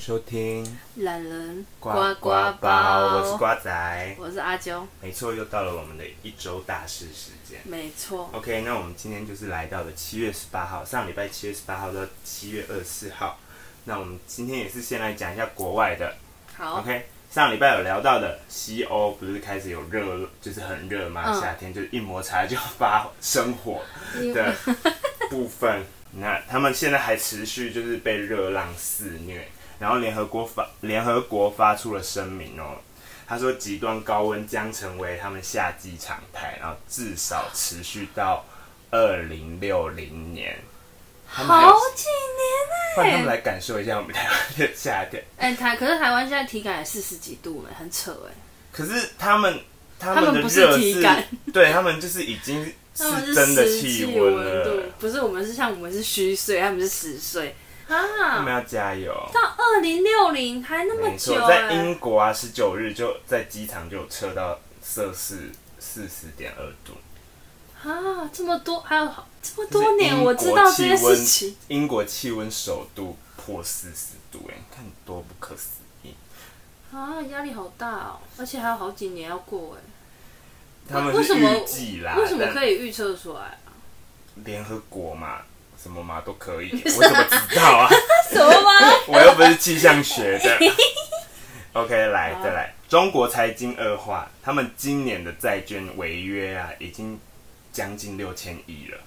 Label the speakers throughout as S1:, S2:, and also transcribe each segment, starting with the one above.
S1: 收听
S2: 懒人
S1: 呱呱包，我是瓜仔，
S2: 我是阿娇，
S1: 没错，又到了我们的一周大事时间。
S2: 没错，
S1: OK，那我们今天就是来到了七月十八号，上礼拜七月十八号到七月二十四号。那我们今天也是先来讲一下国外的。
S2: 好
S1: OK，上礼拜有聊到的西欧不是开始有热，就是很热嘛，
S2: 嗯
S1: 夏天就是一摩擦就发生火
S2: 你
S1: 的部分。那他们现在还持续就是被热浪肆虐，然后联合国发联合国发出了声明哦，他说极端高温将成为他们夏季常态，然后至少持续到二零六零年。他们还有
S2: 好几
S1: 换他
S2: 年
S1: 们
S2: 哎、
S1: 来感受一下我们台湾的夏天。
S2: 哎、台可是台湾现在体感也四十几度哎、很扯哎、
S1: 可是他们他
S2: 他
S1: 们
S2: 们
S1: 的
S2: 不是
S1: 热
S2: 体感，
S1: 对他们就是已经是
S2: 他们是
S1: 真的
S2: 实
S1: 气
S2: 际
S1: 温
S2: 温
S1: 了
S2: 度，，不是我们是像我们是虚岁，他们是实岁
S1: 他
S2: 啊
S1: 们。要加油。
S2: 到二零六零还那么
S1: 没错
S2: 久，哎、
S1: 在英国啊，十九日就在机场就有测到摄氏四十点二度。
S2: 啊，这么多还有好这么
S1: 就是
S2: 多年，我知道这件事情。
S1: 英国气温，英国气温首度破四十度、哎，看多不可思议。
S2: 啊，压力好大哦，而且还有好几年要过哎、
S1: 他们
S2: 为
S1: 是
S2: 什么
S1: 预计啦，
S2: 为什么
S1: 但
S2: 可以预测出来啊？
S1: 联合国嘛，什么嘛都可 以，我怎么知道啊？
S2: 什么吗？
S1: 我又不是气象学的。OK，来再来，中国财经恶化，他们今年的债券违约啊，已经将近六千亿了。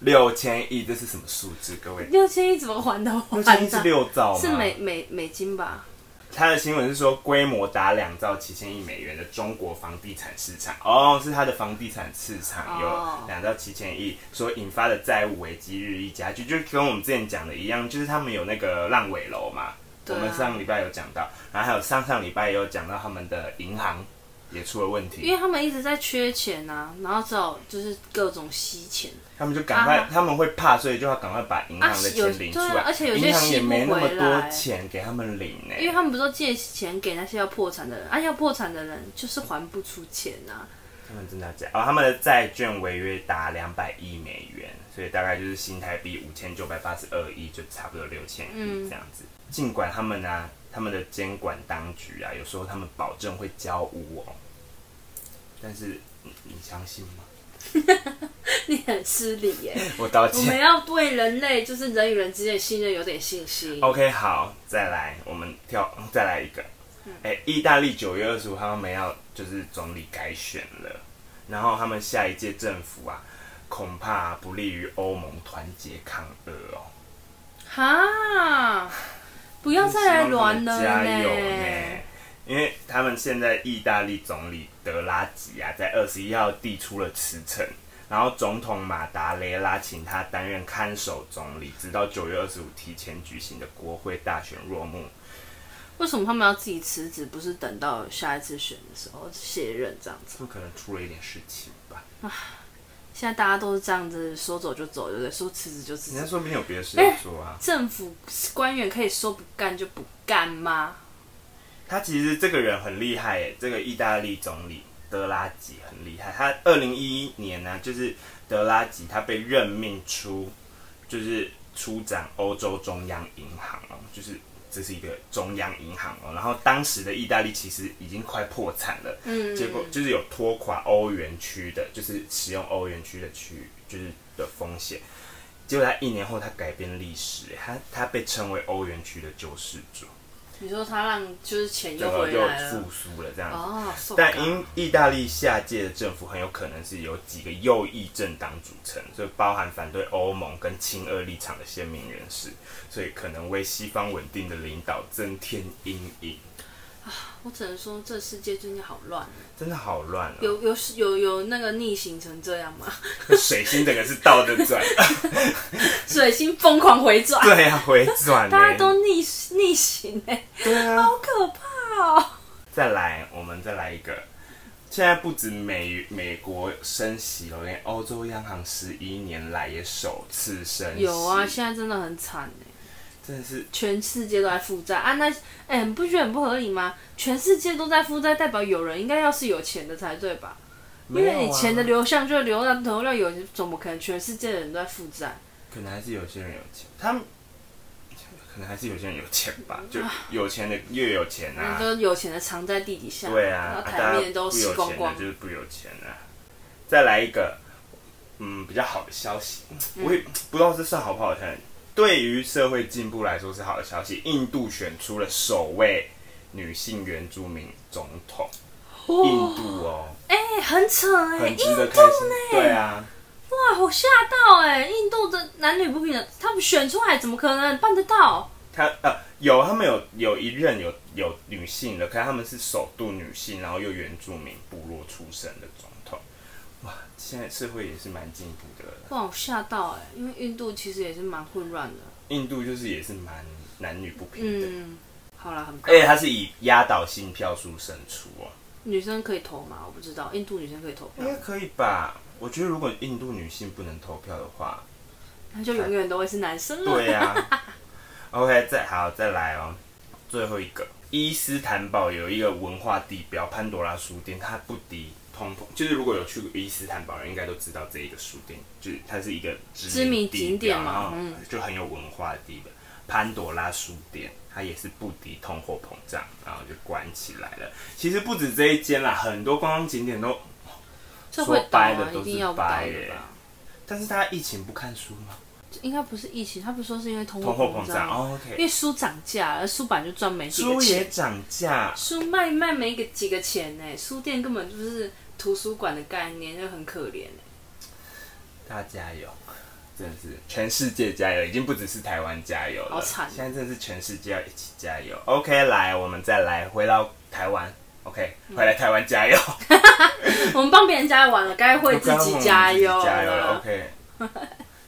S1: 六千亿，这是什么数字？各位，
S2: 六千亿怎么还得
S1: 六
S2: 完
S1: 千亿
S2: 呢、
S1: 是六兆吗？
S2: 是美美美金吧？
S1: 他的新闻是说，规模达两兆七千亿美元的中国房地产市场，哦，是他的房地产市场
S2: 哦
S1: 有两兆七千亿所引发的债务危机日益加剧，就跟我们之前讲的一样，就是他们有那个烂尾楼嘛，
S2: 对啊
S1: 我们上礼拜有讲到，然后还有上上礼拜也有讲到他们的银行也出了问
S2: 因
S1: 题
S2: 为，他们一直在缺钱啊，然后只好就是各种吸钱。
S1: 他们就赶快、
S2: 啊
S1: 他们会怕，所以就要赶快把银行的
S2: 啊有
S1: 钱领出来，
S2: 对啊而且有些
S1: 银行也
S2: 吸不
S1: 没那么
S2: 回
S1: 多
S2: 来
S1: 钱给他们领呢、
S2: 因为他们不是都借钱给那些要破产的人，啊，要破产的人就是还不出钱啊。
S1: 他们真的假？哦，他们的债券违约达两百亿美元，所以大概就是新台币五千九百八十二亿，就差不多六千亿这样子。尽管他们呢、啊他们的监管当局啊，有时候他们保证会交屋哦，但是你你相信吗？
S2: 你很失礼 耶、
S1: 我道
S2: 我们
S1: 歉。
S2: 要对人类就是人与人之间的信任有点信心。
S1: OK，好，再来，我们跳，再来一个。
S2: 嗯
S1: 哎、意大利九月二十五号他们要就是总理改选了，然后他们下一届政府啊，恐怕不利于欧盟团结抗俄哦。
S2: 哈，不要再来乱了
S1: 希望他们加油
S2: 呢。
S1: 因为他们现在意大利总理德拉吉啊，在二十一号递出了辞呈，然后总统马达雷拉请他担任看守总理，直到九月二十五提前举行的国会大选落幕。
S2: 为什么他们要自己辞职？不是等到下一次选的时候卸任这样子？
S1: 这可能出了一点事情吧？
S2: 现在大家都是这样子，说走就走，对不对？说辞职就辞职
S1: 人家。说没有别的事情做啊。
S2: 政府官员可以说不干就不干吗？
S1: 他其实这个人很厉害耶，这个意大利总理德拉吉很厉害。他二零一一年呢、就是德拉吉他被任命出，就是出掌欧洲中央银行哦，就是这是一个中央银行哦。然后当时的意大利其实已经快破产了，
S2: 嗯，
S1: 结果就是有拖垮欧元区的，就是使用欧元区的区域就是的风险。结果他一年后他改变历史耶，他他被称为欧元区的救世主。
S2: 你说他让就是钱
S1: 这
S2: 又
S1: 个
S2: 回
S1: 又
S2: 来了
S1: 复，苏了这样子。
S2: 哦，受
S1: 但
S2: 感
S1: 因意大利下届的政府很有可能是由几个右翼政党组成，所以包含反对欧盟跟亲俄立场的鲜明人士，所以可能为西方稳定的领导增添阴影。
S2: 我只能说这世界最近好乱，
S1: 真的好乱哦！
S2: 有有有有那个逆行成这样吗？
S1: 水星整个是倒着转，
S2: 水星疯狂回转，
S1: 对啊，回转、欸。
S2: 大家都逆逆行哎、
S1: 对啊，
S2: 好可怕哦！
S1: 再来，我们再来一个。现在不止美美国升息了，连欧洲央行十一年来也首次升息。
S2: 有啊，现在真的很惨哎、
S1: 真的是
S2: 全世界都在负债啊！那哎、你不觉得很不合理吗？全世界都在负债，代表有人应该要是有钱的才对吧？因
S1: 啊
S2: 为你钱的
S1: 流，
S2: 流向就是流到流到有，
S1: 啊
S2: 怎么可能全世界的人都在负债？
S1: 可能还是有些人有钱，他们可能还是有些人有钱
S2: 啊
S1: 吧，就有钱的越有钱
S2: 人
S1: 啊，
S2: 都有钱的藏在地底下，
S1: 对
S2: 然
S1: 啊
S2: 后，
S1: 啊
S2: 台
S1: 大家
S2: 面都
S1: 不
S2: 洗
S1: 有
S2: 光
S1: 钱的
S2: 光，
S1: 就是不有钱啊。再来一个，嗯，比较好的消息，
S2: 嗯
S1: 我也不知道这算好不好看。对于社会进步来说是好的消息，印度选出了首位女性原住民总统，印度哦，
S2: 哎、很扯哎、
S1: 很值
S2: 印
S1: 得
S2: 度
S1: 开心，对啊。
S2: 哇，我吓到哎、印度的男女不平等，他们选出来怎么可能办得到？
S1: 他呃有，他们有有一任有有女性的，可是他们是首度女性，然后又原住民部落出身的总统。哇，现在社会也是蛮进步的了。
S2: 哇，我吓到哎、因为印度其实也是蛮混乱的，
S1: 印度就是也是蛮男女不平等，
S2: 嗯，好啦，很棒
S1: 而且他是以压倒性票数胜出哦、
S2: 女生可以投吗？我不知道，印度女生可以投
S1: 应
S2: 票
S1: 该，可以吧？我觉得如果印度女性不能投票的话，
S2: 那就永远都会是男生啊了。
S1: 对呀、OK，再好再来哦，最后一个，伊斯坦堡有一个文化地标潘多拉书店，它不敌通膨，就是如果有去过伊斯坦堡人应该都知道这一个书店，就是它是一个
S2: 知名
S1: 地
S2: 景
S1: 标
S2: 点嘛
S1: 然后
S2: 嗯
S1: 就很有文化的地标。潘多拉书店，它也是不敌通货膨胀，然后就关起来了。其实不止这一间啦，很多观光景点都，
S2: 这会
S1: 说
S2: 倒
S1: 掰的
S2: 啊，
S1: 都
S2: 一定
S1: 是
S2: 要
S1: 掰
S2: 倒
S1: 耶
S2: 的吧？
S1: 但是它疫情不看书吗？
S2: 应该不是疫情，他嗯不是说是因为通
S1: 通
S2: 货
S1: 货
S2: 膨
S1: 膨
S2: 胀
S1: 胀、
S2: 吗，
S1: 哦
S2: 因
S1: ，OK，
S2: 为书涨价了，书版就赚没几个
S1: 书也
S2: 钱，啊
S1: 涨价，
S2: 书卖卖没个几个钱呢、书店根本就是图书馆的概念，就很可怜、欸。
S1: 大家加油！真的是全世界加油，已经不只是台湾加油了，
S2: 好惨
S1: 现在真的是全世界要一起加油。OK，来，我们再来回到台湾。OK，回
S2: 嗯
S1: 来台湾加油，
S2: 我们帮别人加油完了，该会自己加油
S1: 自己加油 了。
S2: 了。
S1: OK，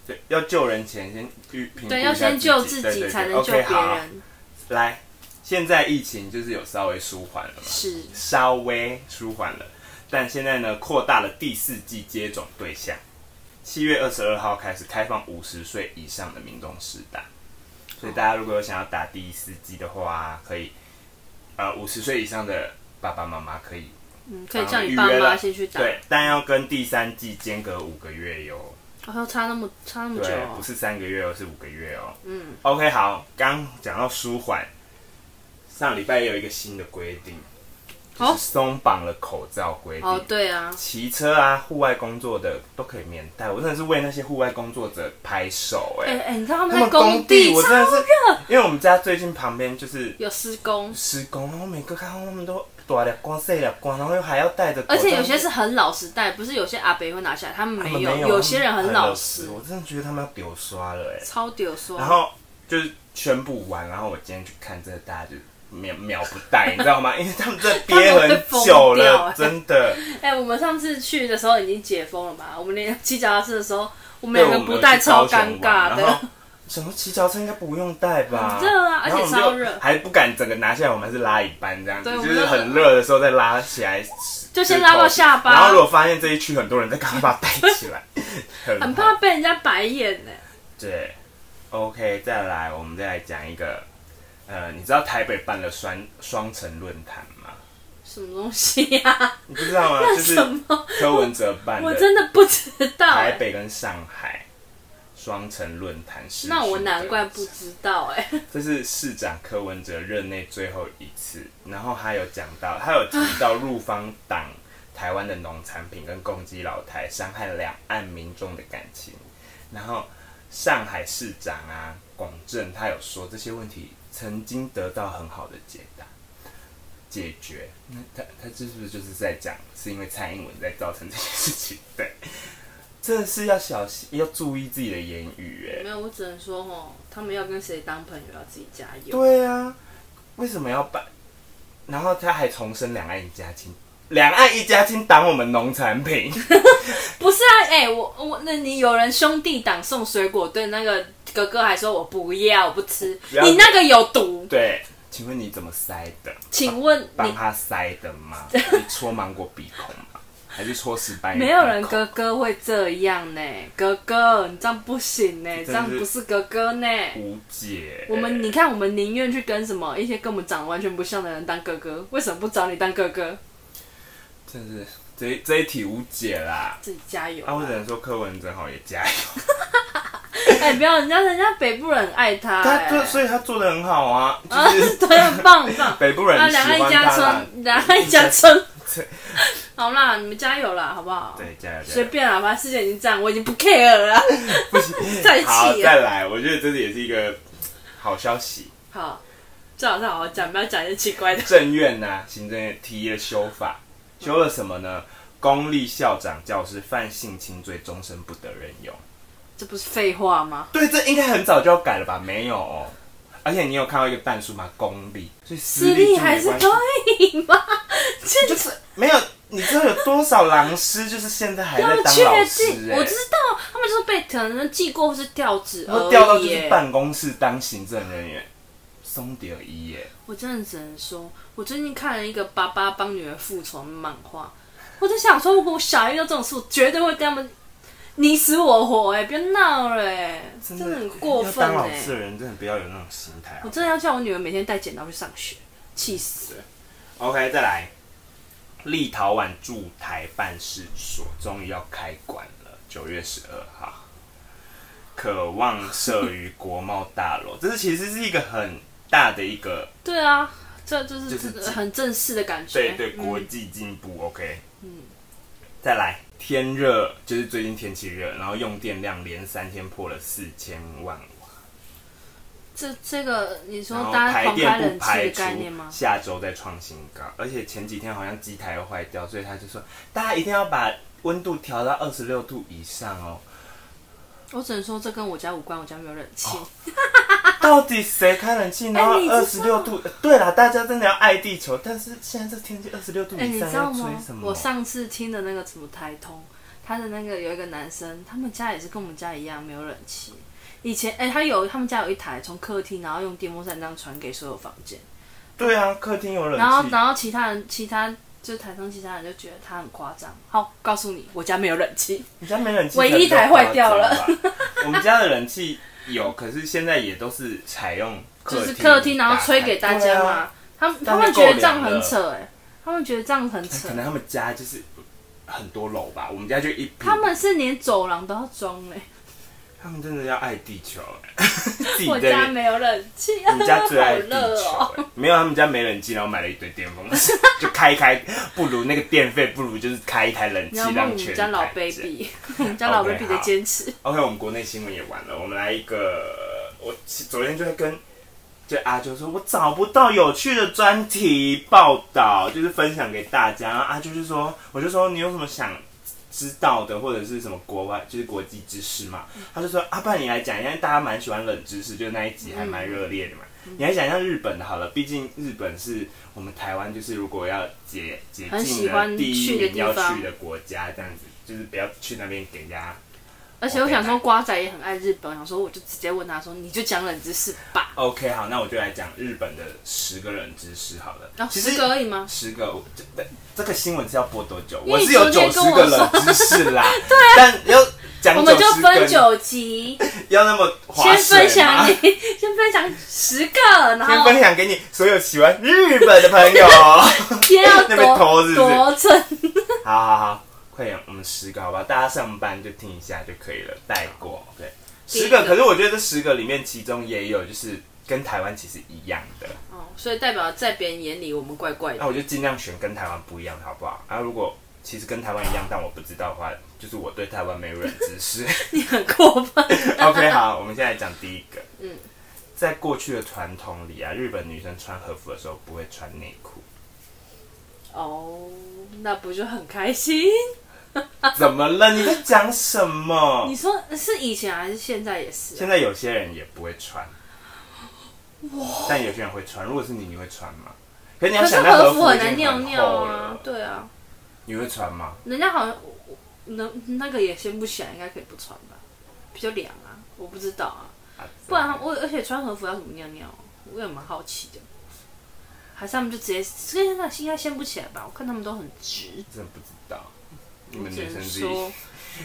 S1: 对，要救人前先预评估一
S2: 对，
S1: 下
S2: 要先救
S1: 自
S2: 自
S1: 己对对
S2: 己
S1: 对
S2: 才能救别
S1: OK，好，
S2: 人。
S1: 来，现在疫情就是有稍微舒缓了嘛，
S2: 是
S1: 稍微舒缓了，但现在呢，扩大了第四季接种对象，七月二十二号开始开放五十岁以上的民众试打，所以大家如果有想要打第四季的话，可以，呃，五十岁以上的爸爸妈妈可以
S2: 嗯，可以
S1: 帮
S2: 叫
S1: 你
S2: 你
S1: 预
S2: 爸
S1: 约
S2: 妈
S1: 了
S2: 先去打。
S1: 对，但要跟第三季间隔五个月哟、
S2: 然后哦差那么差那么久
S1: 对，
S2: 哦、
S1: 不是三个月哦，是五个月哦。
S2: 嗯
S1: ，OK，好，刚讲到舒缓，上礼拜也有一个新的规定，就是
S2: 哦
S1: 松绑了口罩规定。
S2: 哦，对啊，
S1: 骑车啊，户外工作的都可以免戴，我真的是为那些户外工作者拍手哎、
S2: 哎、哎、你知道他们
S1: 他们
S2: 在
S1: 工地，
S2: 地
S1: 我真的
S2: 超
S1: 是，因为我们家最近旁边就是
S2: 有施工，
S1: 施工，然后每个看到他们都大了光、细了光，然后又还要戴着口罩，
S2: 而且有些是很老实戴，不是有些阿伯会拿下来，他们
S1: 他
S2: 没
S1: 们
S2: 有，
S1: 没有，
S2: 有些人
S1: 他们
S2: 很
S1: 很
S2: 老
S1: 实
S2: 实，，
S1: 我真的觉得他们要丢刷了哎、
S2: 超屌说。
S1: 然后就是宣布完，然后我今天去看这个，大家就秒秒不带，你知道 吗？因为他们这憋很久了，真的。
S2: 哎、我们上次去的时候已经解封了嘛，我们连骑脚踏车的时候，我们
S1: 对，
S2: 两
S1: 我们
S2: 个不
S1: 有
S2: 戴
S1: 去
S2: 超
S1: 高
S2: 尴
S1: 雄玩
S2: 尬
S1: 然
S2: 的
S1: 后。想说骑脚车应该不用带吧？
S2: 很热啊而且
S1: 然后我们就
S2: 超热
S1: 还不敢整个拿下来，我们还是拉一半这样子，
S2: 对我
S1: 就
S2: 们
S1: 是很热的时候再拉起来，
S2: 就先拉到下巴
S1: 然后如果发现这一区很多人在赶快把它带起 来，很
S2: 很
S1: 好
S2: 怕被人家白眼呢、
S1: 对，OK，再来，我们再来讲一个，呃，你知道台北办了双双城论坛吗？
S2: 什么东西呀、
S1: 你不知道吗？
S2: 那
S1: 就是
S2: 什么？
S1: 柯文哲办
S2: 我
S1: 的
S2: 真的不知道、
S1: 台
S2: 哎
S1: 北跟上海双城论坛时，
S2: 那我难怪不知道哎、
S1: 这是市长柯文哲任内最后一次，然后他有讲到，他有提到入方党台湾的农产品跟攻击老台，伤害两岸民众的感情。然后上海市长啊龚正他有说这些问题曾经得到很好的解答解决。那他他这是不是就是在讲是因为蔡英文在造成这些事情？对，真的是要小心，要注意自己的言语、欸。
S2: 没有，我只能说哦，他们要跟谁当朋友，要自己加油。
S1: 对啊，为什么要办？然后他还重申两岸一家亲，两岸一家亲挡我们农产 品，
S2: 不是啊，哎、我我那你有人兄弟党送水果，对那个哥哥还说我不要，我不吃，
S1: 不要
S2: 你那个有毒。
S1: 对。请问你怎么塞的？
S2: 请问
S1: 帮
S2: 你
S1: 他塞的吗？你戳芒果鼻孔吗？还是戳石斑鱼？
S2: 没有人哥，哥会这样呢？哥哥，你这样不行呢，
S1: 真的是
S2: 这样不是哥哥呢。
S1: 无解。
S2: 我们你看，我们宁愿去跟什么一些跟我们长得完全不像的人当哥哥，为什么不找你当哥哥？
S1: 真是这一这一题无解啦。
S2: 自己加油
S1: 啊，
S2: 啊！
S1: 我只能说柯文哲好也加油。
S2: 哎、哎，不要，人家人家北部人很爱他、
S1: 他
S2: 哎
S1: 做，所以他做的很好啊，
S2: 啊，
S1: 就是
S2: 对，很棒 很棒。
S1: 北部人
S2: 啊，
S1: 喜
S2: 两
S1: 欢
S2: 岸
S1: 他
S2: 一家
S1: 啦。
S2: 村，两岸一家村。 好啦，你们加油啦，好不好？
S1: 对，加油加
S2: 随
S1: 油！
S2: 便啦，反正世界已经这样，我已经不 care 了啦。
S1: 不行，
S2: 再啊起
S1: 好，
S2: 了
S1: 再来，我觉得这也是一个好消息。
S2: 好，最好是好好讲，不要讲一些奇怪的。
S1: 政院呐、行政院提了修法，修了什么呢？公立校长、教师犯性侵罪，终身不得任用。
S2: 这不是废话吗？
S1: 对，这应该很早就要改了吧？没有、哦，而且你有看到一个半数吗？公立，所以
S2: 实
S1: 私立
S2: 力
S1: 就
S2: 还
S1: 没
S2: 是
S1: 关系
S2: 可以吗？这
S1: 就是没有。你知道有多少狼师就是现在还
S2: 他
S1: 在
S2: 们
S1: 当
S2: 啊确
S1: 老
S2: 定
S1: 师、，欸？
S2: 我知道，他们就是被可能记过或是调职
S1: 然后调到
S2: 而
S1: 就
S2: 已
S1: 是
S2: 耶。
S1: 办公室当行政人员，松点一耶。
S2: 我真的只能说，我最近看了一个爸爸帮女儿复仇的漫画，我在想说，如果我小孩遇到这种事，我绝对会跟他们你死我活、哎，别闹了、哎，真的很过分、
S1: 要当老
S2: 哎
S1: 师的人真的不要有那种心态
S2: 我。真的要叫我女儿每天带剪刀去上学，气死了！
S1: OK，再来，立陶宛驻台办事所终于要开馆了，九月十二号，渴望设于国贸大楼。 这是其实是一个很大的一个
S2: 对啊，这就是
S1: 就是
S2: 这很正式的感觉。嗯
S1: 对对国际进步。OK，嗯，再来，天热就是最近天气热，然后用电量连三天破了四千万瓦。
S2: 这这个你说
S1: 然后
S2: 大家
S1: 台
S2: 狂开
S1: 电
S2: 冷
S1: 不
S2: 气
S1: 排
S2: 的概念
S1: 除
S2: 吗？
S1: 下周再创新高，而且前几天好像机台又坏掉，所以他就说大家一定要把温度调到二十六度以上 哦。
S2: 我只能说这跟我家无关，我家没有冷气。
S1: 哦到底谁开冷气然后
S2: 哎你
S1: 二
S2: 知
S1: 十
S2: 道
S1: 六度？呃对啦，大家真的要爱地球，但是现在这天气二十六度
S2: 哎、
S1: 以
S2: 你
S1: 上
S2: 知
S1: 要
S2: 道
S1: 吹
S2: 吗
S1: 什？么？
S2: 我上次听的那个什么台通，他的那个有一个男生，他们家也是跟我们家一样没有冷气。以前哎、他有他们家有一台从客厅，然后用电风扇这样传给所有房间，
S1: 对啊，客厅有冷
S2: 然后
S1: 气，
S2: 然后其他人其他就台通其他人就觉得他很夸张。好，告诉你，我家没有冷气。
S1: 你家没冷气，
S2: 唯一一台坏掉了。
S1: 我们家的冷气有，可是现在也都是采用客
S2: 就是客厅，然后吹给大家
S1: 对
S2: 嘛。
S1: 啊
S2: 他们
S1: 但是
S2: 他们觉得这样
S1: 够凉
S2: 很
S1: 了
S2: 扯哎、他们觉得这样很扯
S1: 可。能他们家就是很多楼吧，我们家就一平
S2: 他们是连走廊都要装哎、
S1: 他们真的要爱地球、 欸，自己
S2: 我
S1: 在
S2: 家
S1: 那边
S2: 没有冷气，
S1: 你 家最爱地
S2: 好热
S1: 球、
S2: 哦
S1: 欸，没有他们家没冷气，然后买了一堆电风扇，就开一开，不如那个电费，不如就是开一台冷气
S2: 你要问
S1: 让
S2: 我
S1: 全
S2: 们家老
S1: 台这样
S2: baby，我们家老
S1: OK，
S2: baby 的
S1: 好
S2: 坚持。
S1: OK，我们国内新闻也完了，我们来一个，我其昨天就在跟就阿啾说，我找不到有趣的专题报道，就是分享给大家。然后阿啾就说，我就说你有什么想知道的，或者是什么国外就是国际知识嘛？
S2: 嗯
S1: 他就说，阿、啊、爸你来讲一下，因为大家蛮喜欢冷知识，就是那一集还蛮热烈的嘛。你来讲一下日本的好了，毕竟日本是我们台湾就是如果要解解
S2: 很
S1: 禁
S2: 喜
S1: 的
S2: 欢
S1: 第一
S2: 去的
S1: 名
S2: 地
S1: 要
S2: 方
S1: 去的国家，这样子就是不要去那边给人家。
S2: 而且我想说，瓜仔也很爱日本，我想说我就直接问他说，你就讲冷知识吧。
S1: OK，好，那我就来讲日本的十个冷知识好了。
S2: 然后
S1: 其实
S2: 哦十个而已吗？
S1: 十个，我这这这个新闻是要播多久？
S2: 因为
S1: 我
S2: 你
S1: 是有
S2: 昨
S1: 九
S2: 天
S1: 十
S2: 跟我
S1: 个冷知识 啦，对、啊，但要讲
S2: 我们就
S1: 90个
S2: 分，九集，
S1: 要那么划
S2: 先
S1: 水
S2: 分
S1: 吗
S2: 享你？， 先分享十个，然
S1: 先
S2: 后
S1: 分享给你所有喜欢日本的朋友。
S2: 先要
S1: 那边投
S2: 多
S1: 是不是
S2: 多正
S1: 好好好，快点，我们十个好不好？大家上班就听一下就可以了，带过。对，十
S2: 第一
S1: 个，
S2: 个
S1: 可是我觉得这十个里面，其中也有就是跟台湾其实一样的。
S2: 哦，所以代表在别人眼里我们怪怪 的
S1: 那。我就尽量选跟台湾不一样的，好不好？啊，如果其实跟台湾一样，但我不知道的话，就是我对台湾没有冷知识。
S2: 你很过分。
S1: OK，好，我们现在讲第一个。
S2: 嗯，
S1: 在过去的传统里啊，日本女生穿和服的时候不会穿内裤，
S2: 哦，那不就很开心？
S1: 怎么了？你在讲什么
S2: 啊你？说是以前还是现在也是啊、
S1: 现在有些人也不会穿，但有些人会穿。如果是你，你会穿吗？可是你要
S2: 可是
S1: 想到
S2: 和
S1: 服
S2: 服很难
S1: 已经
S2: 尿
S1: 很
S2: 尿
S1: 厚
S2: 啊
S1: 了，，
S2: 对啊，
S1: 你会穿吗？
S2: 人家好像能那个也掀不起来，应该可以不穿吧？比较凉啊，我不知道啊，
S1: 啊
S2: 不然我而且穿和服要怎么尿尿啊？我也蛮好奇的。还是他们就直接，这个那应该掀不起来吧？我看他们都很直，
S1: 真的不知道，你
S2: 我
S1: 们
S2: 只
S1: 女
S2: 能
S1: 生自己
S2: 说，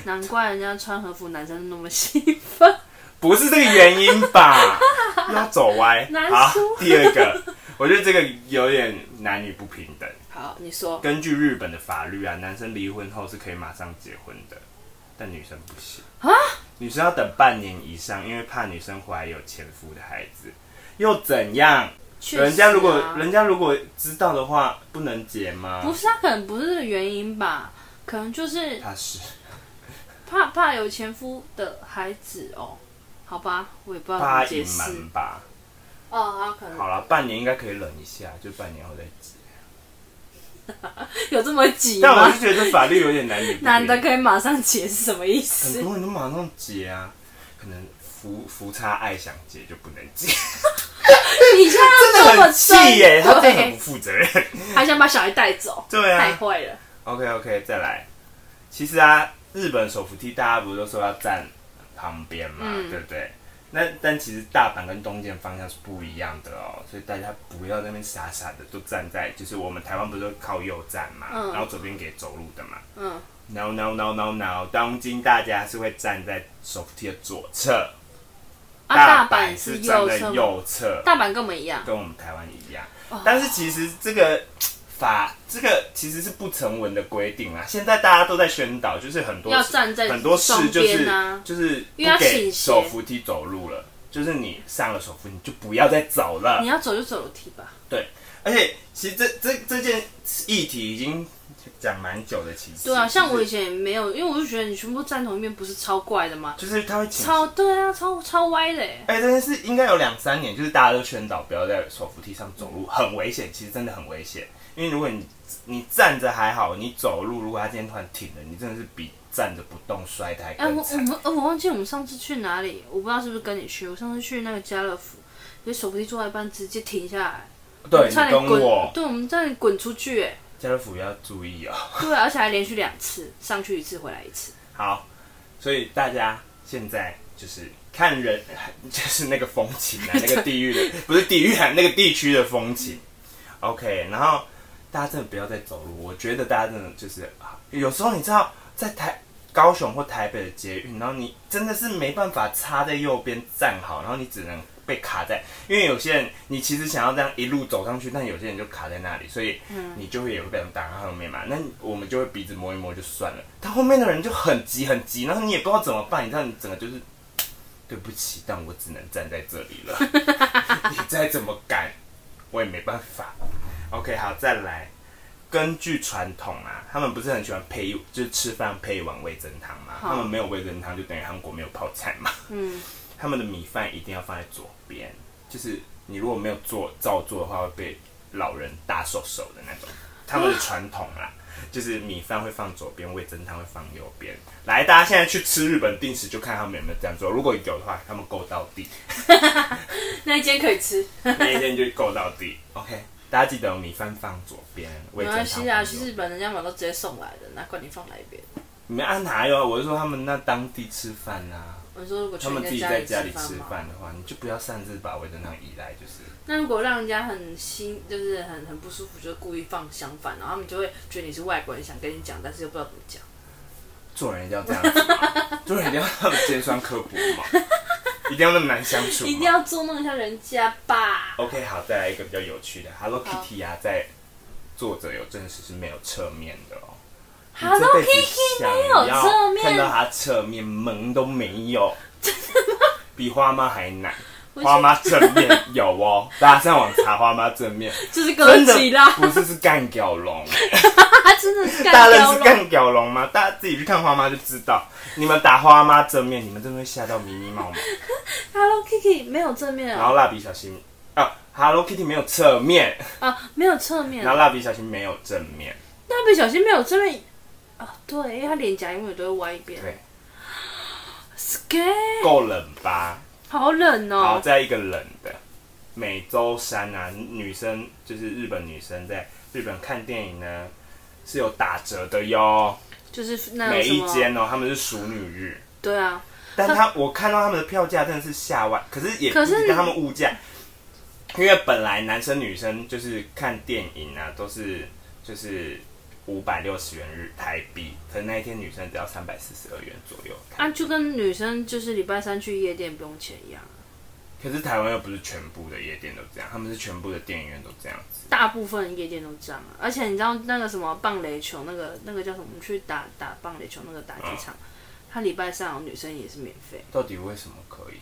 S2: 难怪人家穿和服男生那么兴奋。
S1: 不是这个原因 吧？又要走歪。
S2: 难
S1: 好
S2: 说，
S1: 第二个，我觉得这个有点男女不平等。
S2: 好，你说
S1: 根据日本的法律啊，男生离婚后是可以马上结婚的，但女生不行。
S2: 啊？
S1: 女生要等半年以上，因为怕女生怀有前夫的孩子，又怎样？
S2: 确实啊
S1: 人家如果人家如果知道的话，不能结吗？
S2: 不是他啊可能不是这个原因吧，可能就是
S1: 他是
S2: 怕怕有前夫的孩子哦，好吧，我也不知道怎
S1: 怕
S2: 么解
S1: 隐
S2: 释。
S1: 瞒吧？
S2: 哦，他可能
S1: 好了，半年应该可以忍一下，就半年后再结。
S2: 有这么急
S1: 但我
S2: 吗
S1: 是？觉得法律有点难理解。
S2: 男的可以马上解是什么意
S1: 很
S2: 思？
S1: 多人都马上结啊，可能福福差爱想结就不能结，
S2: 你现在要
S1: 真
S2: 这
S1: 的
S2: 么
S1: 很气耶，他真的很不
S2: 对，
S1: 负责任。
S2: 还想把小孩带走，
S1: 对
S2: 太
S1: 啊
S2: 坏了。
S1: ，OK OK，再来。其实啊，日本手扶梯大家不是都说要站旁边嘛，
S2: 嗯
S1: 对不对？那但其实大阪跟东京的方向是不一样的哦，所以大家不要在那边傻傻的都站在，就是我们台湾不是都靠右站嘛，
S2: 嗯
S1: 然后左边给走路的嘛。
S2: 嗯，
S1: No no no no no，东京大家是会站在手扶梯的左侧，
S2: 啊，
S1: 大
S2: 大
S1: 阪
S2: 阪
S1: 是
S2: 是
S1: 站
S2: 右
S1: 在
S2: 侧吗，
S1: 右侧，
S2: 大阪跟我们一样。
S1: 跟我们台湾一样
S2: 哦。
S1: 但是其实这个法，这个其实是不成文的规定啊。现在大家都在宣导，就是很多
S2: 要站在
S1: 很多事
S2: 双
S1: 就是、
S2: 边啊
S1: 就是不
S2: 因为要
S1: 给
S2: 倾斜
S1: 手扶梯走路了，就是你上了手扶你就不要再走了
S2: 你。要走就走楼梯吧。
S1: 对，而且其实这这这件议题已经讲蛮久的，其实
S2: 对啊，像
S1: 就是
S2: 我以前也没有，因为我就觉得你全部站同一边不是超怪的吗？
S1: 就是他会请
S2: 超对啊，超超歪的耶。
S1: 哎、这件事应该有两三年，就是大家都宣导不要在手扶梯上走路，很危险，其实真的很危险。因为如果你你站着还好，你走路如果他今天突然停了，你真的是比站着不动摔得还
S2: 哎、
S1: 更
S2: 我我
S1: 惨。
S2: 们、呃我忘记我们上次去哪里，我不知道是不是跟你去。我上次去那个家乐福，有手扶梯坐到一半直接停下来，
S1: 对，
S2: 差
S1: 你
S2: 点
S1: 跟
S2: 滚
S1: 我，
S2: 对，我们差点滚出去，哎，
S1: 家乐福要注意哦。
S2: 对，啊而且还连续两次，上去一次，回来一次。
S1: 好，所以大家现在就是看人， 就是那个风情啊，那个地域 的不是地域啊，那个地区的风情。OK，然后大家真的不要再走路，我觉得大家真的就是，啊有时候你知道在台。高雄或台北的捷运，然后你真的是没办法插在右边站好，然后你只能被卡在，因为有些人你其实想要这样一路走上去，但有些人就卡在那里，所以你就会也会被人挡在后面嘛。那我们就会鼻子摸一摸就算了，但后面的人就很急很急，然后你也不知道怎么办，你知道你整个就是对不起，但我只能站在这里了， 你再怎么赶我也没办法。OK，好，再来。根据传统啊，他们不是很喜欢配一，就是吃饭配一碗味噌汤嘛。
S2: 好
S1: 他们没有味噌汤，就等于韩国没有泡菜嘛。
S2: 嗯，
S1: 他们的米饭一定要放在左边，就是你如果没有做照做的话，会被老人大手手的那种。他们的传统啦，就是米饭会放左边，味噌汤会放右边。来，大家现在去吃日本定食，就看他们有没有这样做。如果有的话，他们够到 底，
S2: 那一间可以吃，
S1: 那一天就够到底。OK，大家记得米饭放左边，味
S2: 没
S1: 噌汤
S2: 关
S1: 放
S2: 系
S1: 右
S2: 啊，
S1: 边。
S2: 去日本人家买都直接送来的，哪管你放哪一边。
S1: 你们安哪有？我是说他们那当地吃饭啊，
S2: 我说如果
S1: 他
S2: 全
S1: 们自己在家里
S2: 吃
S1: 吃
S2: 嘛，
S1: 饭的话，你就不要擅自把味噌汤移来，就是。
S2: 那如果让人家很心就是很很不舒服，就故意放相反，然后他们就会觉得你是外国人，想跟你讲，但是又不知道怎么讲。
S1: 做人一定要这样子嘛，做人一定要那么尖酸刻薄嘛， 一定要那么难相处
S2: 一定
S1: 嘛。
S2: 要捉弄一下人家吧。
S1: OK，好，再来一个比较有趣的，Hello
S2: 好
S1: Kitty 啊，在作者有证实是没有侧面的哦。
S2: Hello
S1: 你这辈子
S2: Kitty
S1: 想
S2: 没有
S1: 要
S2: 侧面
S1: 看到他侧面门都没有，比花妈还难。
S2: 我
S1: 花妈正面有 哦，大家上网查花妈正面，
S2: 就是哥
S1: 真的
S2: 吉拉，
S1: 不是是干屌龙。
S2: 他 真的是
S1: 大
S2: 干
S1: 家认
S2: 掉
S1: 识
S2: 了。
S1: 干屌龙吗？大家自己去看花妈就知道。你们打花妈正面，你们真的会吓到迷你 猫吗？
S2: Hello Kitty 没有正面
S1: 然后
S2: 啊，
S1: 蜡笔小新啊，Hello Kitty 没有侧面，
S2: 啊没有侧面
S1: 然
S2: 啊，
S1: 后蜡笔小新没有正面，
S2: 蜡笔小新没有正面啊，对，因为他脸颊永远都会歪一边。
S1: 对，
S2: Scare，
S1: 够冷吧？
S2: 好冷
S1: 然后
S2: 哦。
S1: 再一个冷的，美洲山啊，女生就是日本女生在日本看电影呢是有打折的哟，
S2: 就是那
S1: 每
S2: 种什
S1: 一
S2: 么，
S1: 间哦，他们是熟女日。
S2: 对啊，
S1: 但他我看到他们的票价真的是吓歪，可是也不
S2: 可是
S1: 跟他们物价，因为本来男生女生就是看电影啊，都是就是五百六十元日台币，可是那一天女生只要三百四十二元左右。
S2: 啊就跟女生就是礼拜三去夜店不用钱一样啊，
S1: 可是台湾又不是全部的夜店都这样，他们是全部的电影院都这样子。
S2: 大部分夜店都这样啊。而
S1: 嗯
S2: 且你知道那个什么棒垒球，那个那个叫什么？我们去打打棒垒球那个打击场，他礼拜三好像女生也是免费。
S1: 到底为什么可以？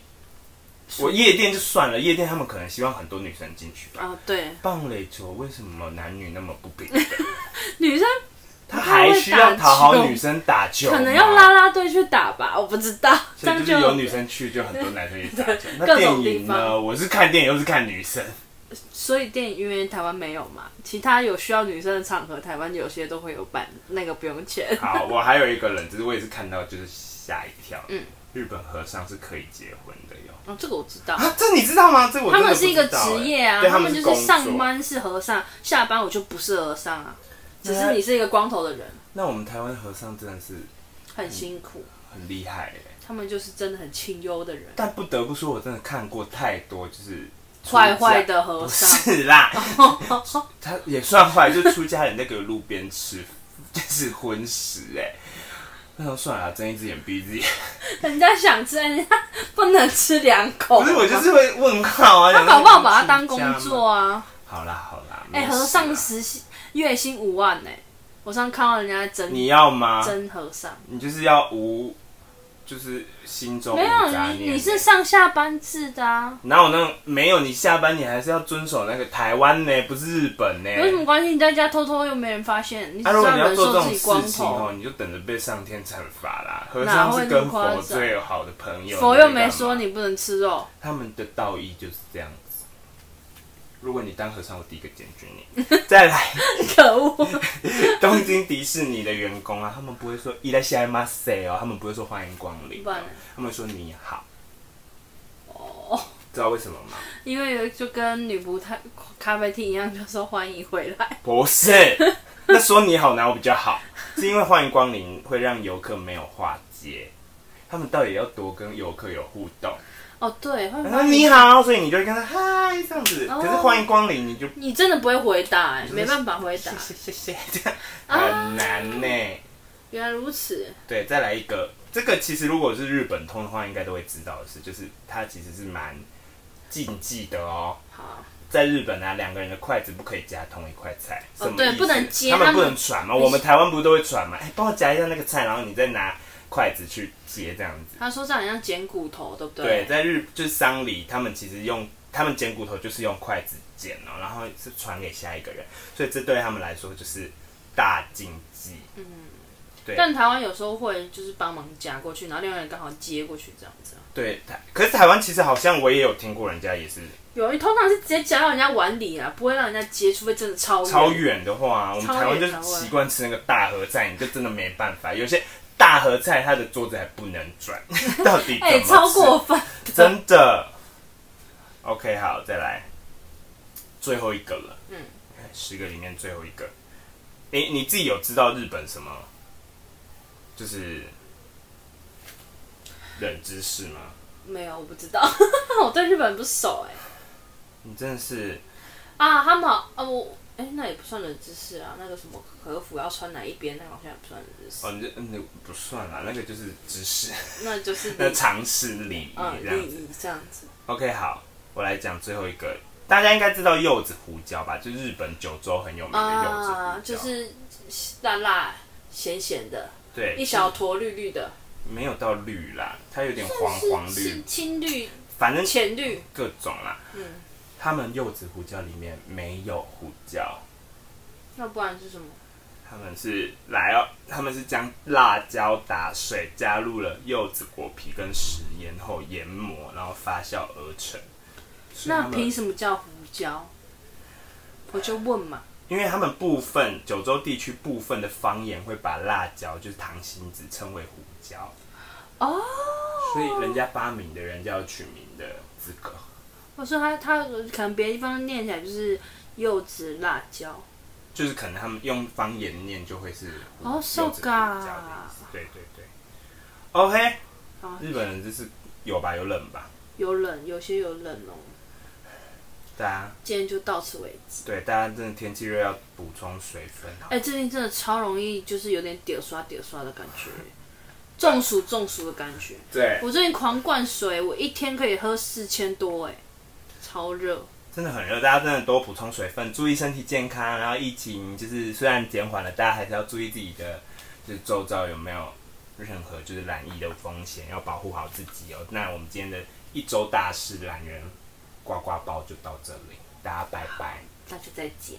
S1: 我夜店就算了，夜店他们可能希望很多女生进去吧。
S2: 啊，对，
S1: 棒垒球为什么男女那么不平？
S2: 女生
S1: 他还需要讨好女生打球吗，
S2: 可能要拉拉队去打吧，我不知道，这
S1: 所以
S2: 样
S1: 就是有女生去，就很多男生也打 球。那
S2: 各
S1: 电
S2: 种
S1: 影
S2: 地方
S1: 呢？我是看电影，又是看女生。
S2: 所以电影因为台湾没有嘛，其他有需要女生的场合，台湾有些都会有办，那个不用钱。
S1: 好，我还有一个人，只是我也是看到，就是吓一跳。
S2: 嗯
S1: 日本和尚是可以结婚的哟。
S2: 哦，这个我知道，
S1: 啊，这你知道吗？这我真
S2: 他
S1: 的
S2: 们
S1: 不
S2: 是一个
S1: 知道
S2: 职
S1: 欸
S2: 业啊，
S1: 对
S2: 他
S1: 们
S2: 就是
S1: 工
S2: 是
S1: 作
S2: 上。班是和尚，下班我就不是和尚啊，只是你是一个光头的人，
S1: 那我们台湾和尚真的是
S2: 很辛苦，
S1: 很厉害欸
S2: 嗯他们就是真的很清幽的人，
S1: 但不得不说，我真的看过太多就是出
S2: 坏坏
S1: 家
S2: 的和
S1: 不
S2: 尚。
S1: 是 啦，他也算坏，就出家人那个路边吃，就是荤食哎、那时候算了啦，睁一只眼闭一只眼。
S2: 人家想吃，人家 不能吃两口。
S1: 不是我就是会问号啊，
S2: 他搞不好把它当
S1: 出
S2: 工
S1: 家吗。
S2: 作啊。
S1: 好啦好啦，
S2: 哎、
S1: 没事啊啦
S2: 和尚时薪月薪五万呢、我上次看到人家在争
S1: 你啊要吗？
S2: 争和尚，
S1: 你就是要无，就是心中
S2: 没
S1: 无杂
S2: 有
S1: 念
S2: 你你是上下班制的啊，
S1: 哪有那种没有？你下班你还是要遵守那个台湾呢，不是日本呢。
S2: 有什么关系？你在家偷偷又没人发现，你只
S1: 啊，
S2: 是
S1: 如哎果你要
S2: 忍
S1: 做这
S2: 受自
S1: 种
S2: 己光
S1: 事情哦
S2: 头。，
S1: 你就等着被上天惩罚啦。和
S2: 哪
S1: 尚
S2: 会
S1: 是
S2: 那
S1: 跟
S2: 么夸
S1: 佛
S2: 张
S1: 最好的朋友，
S2: 佛
S1: 你在
S2: 又
S1: 干
S2: 没
S1: 嘛
S2: 说你不能吃肉，
S1: 他们的道义就是这样子。如果你当和尚，我第一个检举你。 再来，
S2: 可恶！
S1: 东京迪士尼的员工啊，他们不会说“伊来西来马塞”哦，他们不会说“欢迎光临哦
S2: 不然呢”，
S1: 他们说“你好
S2: 哦，”，
S1: 知道为什么吗？
S2: 因为有就跟女仆咖咖啡厅一样，就说欢迎回来。
S1: 不是，那说你好哪有比较好？是因为欢迎光临会让游客没有话接，他们到底要多跟游客有互动。
S2: 哦，对，欢迎
S1: 他
S2: 光
S1: 说
S2: 临
S1: 哎你好，所以你就会跟他嗨这样子。
S2: 哦
S1: 可是欢迎光临，你就
S2: 你真的不会回答、哎，
S1: 就是
S2: 没办法回答。
S1: 谢谢谢谢这样很难呢、
S2: 原来如此，
S1: 对，再来一个，这个其实如果是日本通的话，应该都会知道的事，就是它其实是蛮禁忌的哦。
S2: 好，
S1: 在日本啊，两个人的筷子不可以夹同一块菜，
S2: 哦
S1: 什么
S2: 对
S1: 意思
S2: 不能接
S1: 他们
S2: 他们
S1: 不能传嘛。我们台湾不是都会传嘛？哎、帮我夹一下那个菜，然后你再拿筷子去接这样子。
S2: 他说这样很像捡骨头，对不
S1: 对，在日就是丧礼，他们其实用他们剪骨头就是用筷子剪哦，然后是传给下一个人，所以这对他们来说就是大禁忌。
S2: 嗯
S1: 对
S2: 但台湾有时候会就是帮忙夹过去，然后另外一个人刚好接过去这样子啊。
S1: 对，台可是台湾其实好像我也有听过人家也是
S2: 有，通常是直接夹到人家碗里啊，不会让人家接，除非真的超远
S1: 超远的话，我们
S2: 超远
S1: 台湾就是
S2: 台湾
S1: 习惯吃那个大盒菜，你就真的没办法。有些大盒菜，它的桌子还不能 转，到底怎
S2: 哎、
S1: 么吃？
S2: 超过分。
S1: 真的。OK，好，再来，最后一个了。嗯
S2: 嗯，
S1: 十个里面最后一个。你、你自己有知道日本什么？就是冷知识吗？
S2: 没有，我不知道， 我对日本不熟哎、
S1: 你真的是
S2: 啊，他们好，啊我，哎、那也不算冷知识啊，那个什么和服要穿哪一边，那个好像也不算冷知识，
S1: 哦，你这嗯，不算啦，那个就是知识，
S2: 那就是礼
S1: 那常识礼仪
S2: 嗯
S1: 这样
S2: 礼
S1: 子。
S2: 仪这样子。
S1: OK，好，我来讲最后一个，大家应该知道柚子胡椒吧？就日本九州很有名的柚子胡椒，
S2: 啊，就是辣辣咸咸的，
S1: 对，
S2: 一小坨绿绿的，
S1: 没有到绿啦，它有点黄黄
S2: 是是
S1: 绿，
S2: 青绿、
S1: 反正
S2: 浅绿，
S1: 各种啦。
S2: 嗯，
S1: 他们柚子胡椒里面没有胡椒，
S2: 那不然是什么？
S1: 他们是来哦，他们是将辣椒打碎，加入了柚子果皮跟食盐后研磨，然后发酵而成。所以他
S2: 那
S1: 们
S2: 凭什么叫胡椒？我就问嘛，
S1: 因为他们部分九州地区部分的方言会把辣椒就是糖心子称为胡椒，
S2: 哦，
S1: 所以人家发明的人就要取名的资格。
S2: 我说他他可能别的地方念起来就是柚子辣椒，
S1: 就是可能他们用方言念就会是胡
S2: 哦
S1: 柚子胡椒的意思，对对对。OK，
S2: 啊，
S1: 日本人就是有吧有冷吧，
S2: 有冷，有些有冷哦。
S1: 大家
S2: 今天就到此为止。
S1: 对大家真的天气热要补充水分好
S2: 哎、最近真的超容易，就是有点点刷点刷的感觉，中暑中暑的感觉。
S1: 对，
S2: 我最近狂灌水，我一天可以喝四千多，哎，超热。
S1: 真的很热，大家真的多补充水分，注意身体健康。然后疫情就是虽然减缓了，大家还是要注意自己的就是周遭有没有任何就是染疫的风险，要保护好自己哦。那我们今天的一周大事懒人呱呱包就到这里，大家拜拜。
S2: 那就再见。